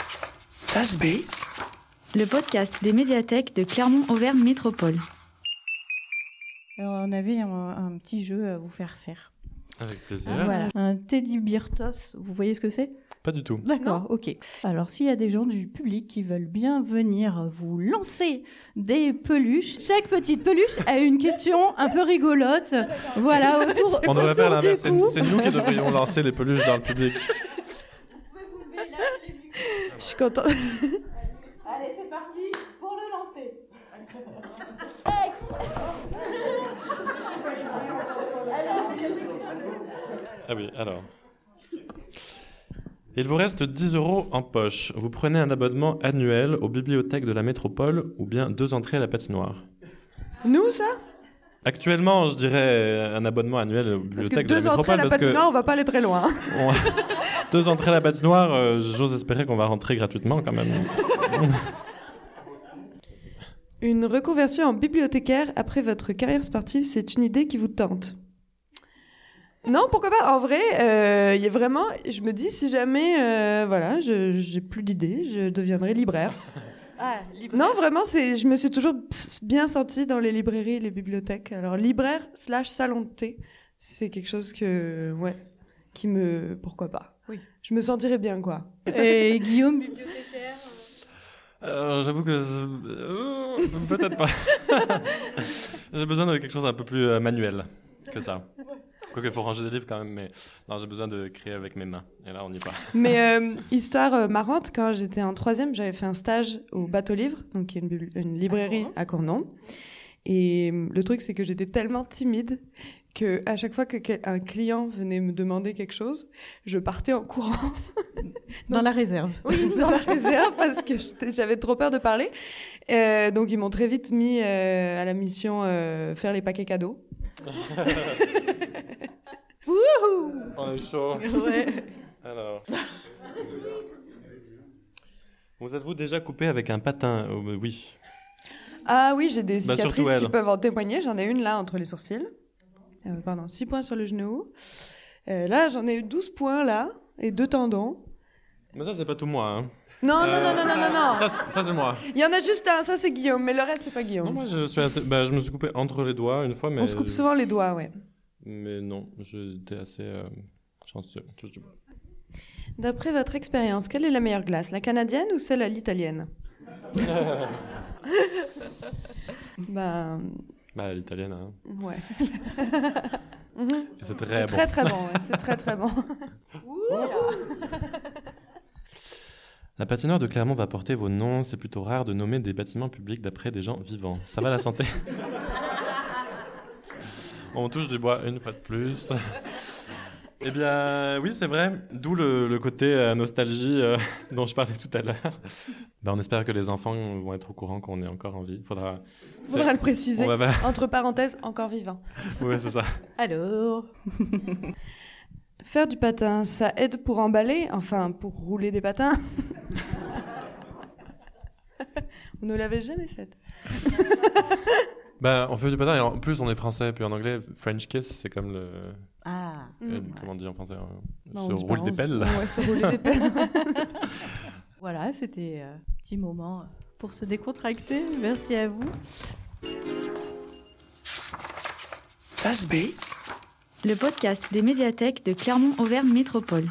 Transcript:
Face B le podcast des médiathèques de Clermont-Auvergne Métropole. Alors, on avait un, un petit jeu à vous faire faire. Avec plaisir. Voilà. Un Teddy Beer Toss, vous voyez ce que c'est Pas du tout. D'accord, ok. Alors, s'il y a des gens du public qui veulent bien venir vous lancer des peluches, chaque petite peluche a une question un peu rigolote. voilà, autour, On devrait autour faire du l'inverse. C'est cou. c'est nous qui devrions lancer les peluches dans le public. Je suis contente. Allez, c'est parti pour le lancer. Ah oui, alors. Il vous reste 10 euros en poche. Vous prenez un abonnement annuel aux bibliothèques de la métropole ou bien deux entrées à la patinoire. Nous, ça Actuellement, je dirais un abonnement annuel aux Parce que bibliothèques de la deux métropole entrées à la parce que patinoire, on va pas aller très loin. hein. on- deux entrées à la patinoire, euh, j'ose espérer qu'on va rentrer gratuitement quand même. Une reconversion en bibliothécaire après votre carrière sportive, c'est une idée qui vous tente Non, pourquoi pas En vrai, euh, il y a vraiment, je me dis, si jamais, euh, voilà, je j'ai plus d'idées, je deviendrai libraire. Ah, libre. Non, vraiment, c'est, je me suis toujours ps- bien sentie dans les librairies et les bibliothèques. Alors, libraire slash salon de thé, c'est quelque chose que, ouais, qui me, pourquoi pas Oui. Je me sentirais bien, quoi. Et Guillaume, bibliothécaire. Euh, J'avoue que euh, peut-être pas. j'ai besoin de quelque chose un peu plus euh, manuel que ça. Quoique, il faut ranger des livres quand même, mais non, j'ai besoin de créer avec mes mains. Et là, on n'y est pas. Mais euh, histoire euh, marrante, quand j'étais en troisième, j'avais fait un stage au Bateau Livre, donc qui est une, bibli- une librairie à Cornon. Et euh, le truc, c'est que j'étais tellement timide que à chaque fois que quel- un client venait me demander quelque chose, je partais en courant Dans la réserve. oui, dans la réserve parce que j'étais- j'avais trop peur de parler. Euh, donc ils m'ont très vite mis euh, à la mission euh, faire les paquets cadeaux. On est chaud. Ouais. Alors. Vous êtes-vous déjà coupé avec un patin Oh, bah Oui. Ah oui, j'ai des Bah, surtout cicatrices qui elle. peuvent en témoigner. J'en ai une là entre les sourcils. Euh, pardon, 6 points sur le genou. Euh, là, j'en ai eu 12 points là et deux tendons. Mais ça, c'est pas tout moi. hein. Non, Euh, non, non, non, non, non, non. Ça, c'est- ça, c'est moi. Il y en a juste un, ça c'est Guillaume, mais le reste c'est pas Non, Guillaume. moi, je, suis assez... bah, je me suis coupé entre les doigts une fois, mais. On se coupe souvent les doigts, ouais. Mais non, j'étais assez euh, chanceux. Je- je- D'après votre expérience, quelle est la meilleure glace, la canadienne ou celle à l'italienne Ben, Bah, l'italienne, hein. ouais. Et C'est C'est très bon. très très bon, ouais. c'est très très bon. La patinoire de Clermont va porter vos noms. C'est plutôt rare de nommer des bâtiments publics d'après des gens vivants. Ça va la santé On touche du bois une fois de plus. Eh bien, oui, c'est vrai. D'où le, le côté euh, nostalgie euh, dont je parlais tout à l'heure. Ben, on espère que les enfants vont être au courant qu'on est encore en vie. Faudra. Faudra le on préciser. va- va- Entre parenthèses, encore vivant. Ouais, c'est ça. Alors Faire du patin, ça aide pour emballer, enfin pour rouler des patins. On ne l'avait jamais faite. Ben, on fait du patin et en plus on est français. Puis en anglais, French kiss, c'est comme le. Ah. euh, Mm. comment on dit en français hein, Non, Bah, Se on dit roule pas, des on s- pelles. Ouais, se rouler des pelles. Voilà, c'était euh, un petit moment pour se décontracter. Merci à vous. Face B Le podcast des médiathèques de Clermont-Auvergne Métropole.